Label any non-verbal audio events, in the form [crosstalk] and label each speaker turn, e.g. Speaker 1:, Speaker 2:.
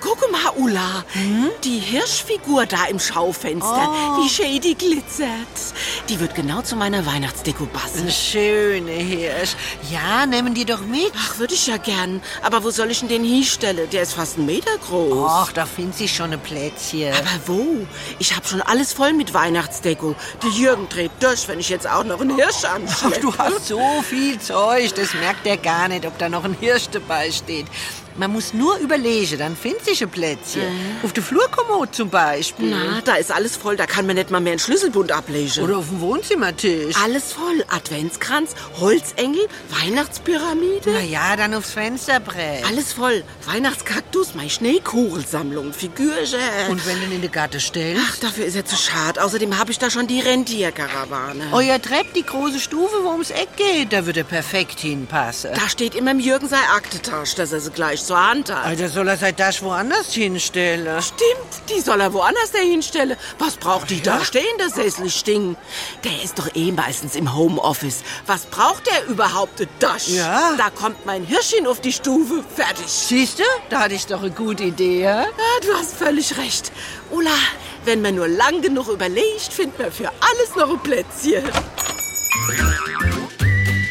Speaker 1: Guck mal, Ulla, die Hirschfigur da im Schaufenster,
Speaker 2: Oh.
Speaker 1: wie schön die glitzert. Die wird genau zu meiner Weihnachtsdeko passen.
Speaker 2: Eine schöne Hirsch. Ja, nehmen die doch mit.
Speaker 1: Ach, würde ich ja gern. Aber wo soll ich denn den hinstellen? Der ist fast einen Meter groß.
Speaker 2: Och, da findet sie schon ein Plätzchen.
Speaker 1: [laughs] Aber wo? Ich habe schon alles voll mit Weihnachtsdeko. Der Jürgen dreht durch, wenn ich jetzt auch noch einen Hirsch
Speaker 2: Ach,
Speaker 1: anschleppe.
Speaker 2: du hast so viel Zeug, das merkt er gar nicht, ob da noch ein Hirsch dabei steht. Man muss nur überlegen, dann findet sich ein Plätzchen. Auf der Flurkommode zum Beispiel.
Speaker 1: Na, da ist alles voll, da kann man nicht mal mehr einen Schlüsselbund ablegen.
Speaker 2: Oder auf dem Wohnzimmertisch.
Speaker 1: alles voll. Adventskranz, Holzengel, Weihnachtspyramide.
Speaker 2: Na ja, dann aufs Fensterbrett.
Speaker 1: Alles voll. Weihnachtskaktus, meine Schneekugelsammlung, Figürchen.
Speaker 2: Und wenn du ihn in den Garten
Speaker 1: Ach,
Speaker 2: stellst?
Speaker 1: dafür ist er zu schad. Außerdem habe ich da schon die Rentierkarawane.
Speaker 2: Euer Trepp, die große Stufe, wo ums Eck geht, da würde er perfekt hinpassen.
Speaker 1: da steht immer im Jürgen sei Aktetasche, dass er sie gleich zur Hand hat.
Speaker 2: Alter, Also soll er sein Tasch woanders hinstellen?
Speaker 1: Stimmt, die soll er woanders da hinstellen. Was braucht die da stehen, der Sessel stinken? Der ist doch eh meistens im Homeoffice. Was braucht der überhaupt, das?
Speaker 2: Ja.
Speaker 1: Da kommt mein Hirschchen auf die Stufe. Fertig.
Speaker 2: Siehst du, da hatte ich doch eine gute Idee. ja?
Speaker 1: Ja, du hast völlig recht. Ulla, wenn man nur lang genug überlegt, findet man für alles noch ein Plätzchen.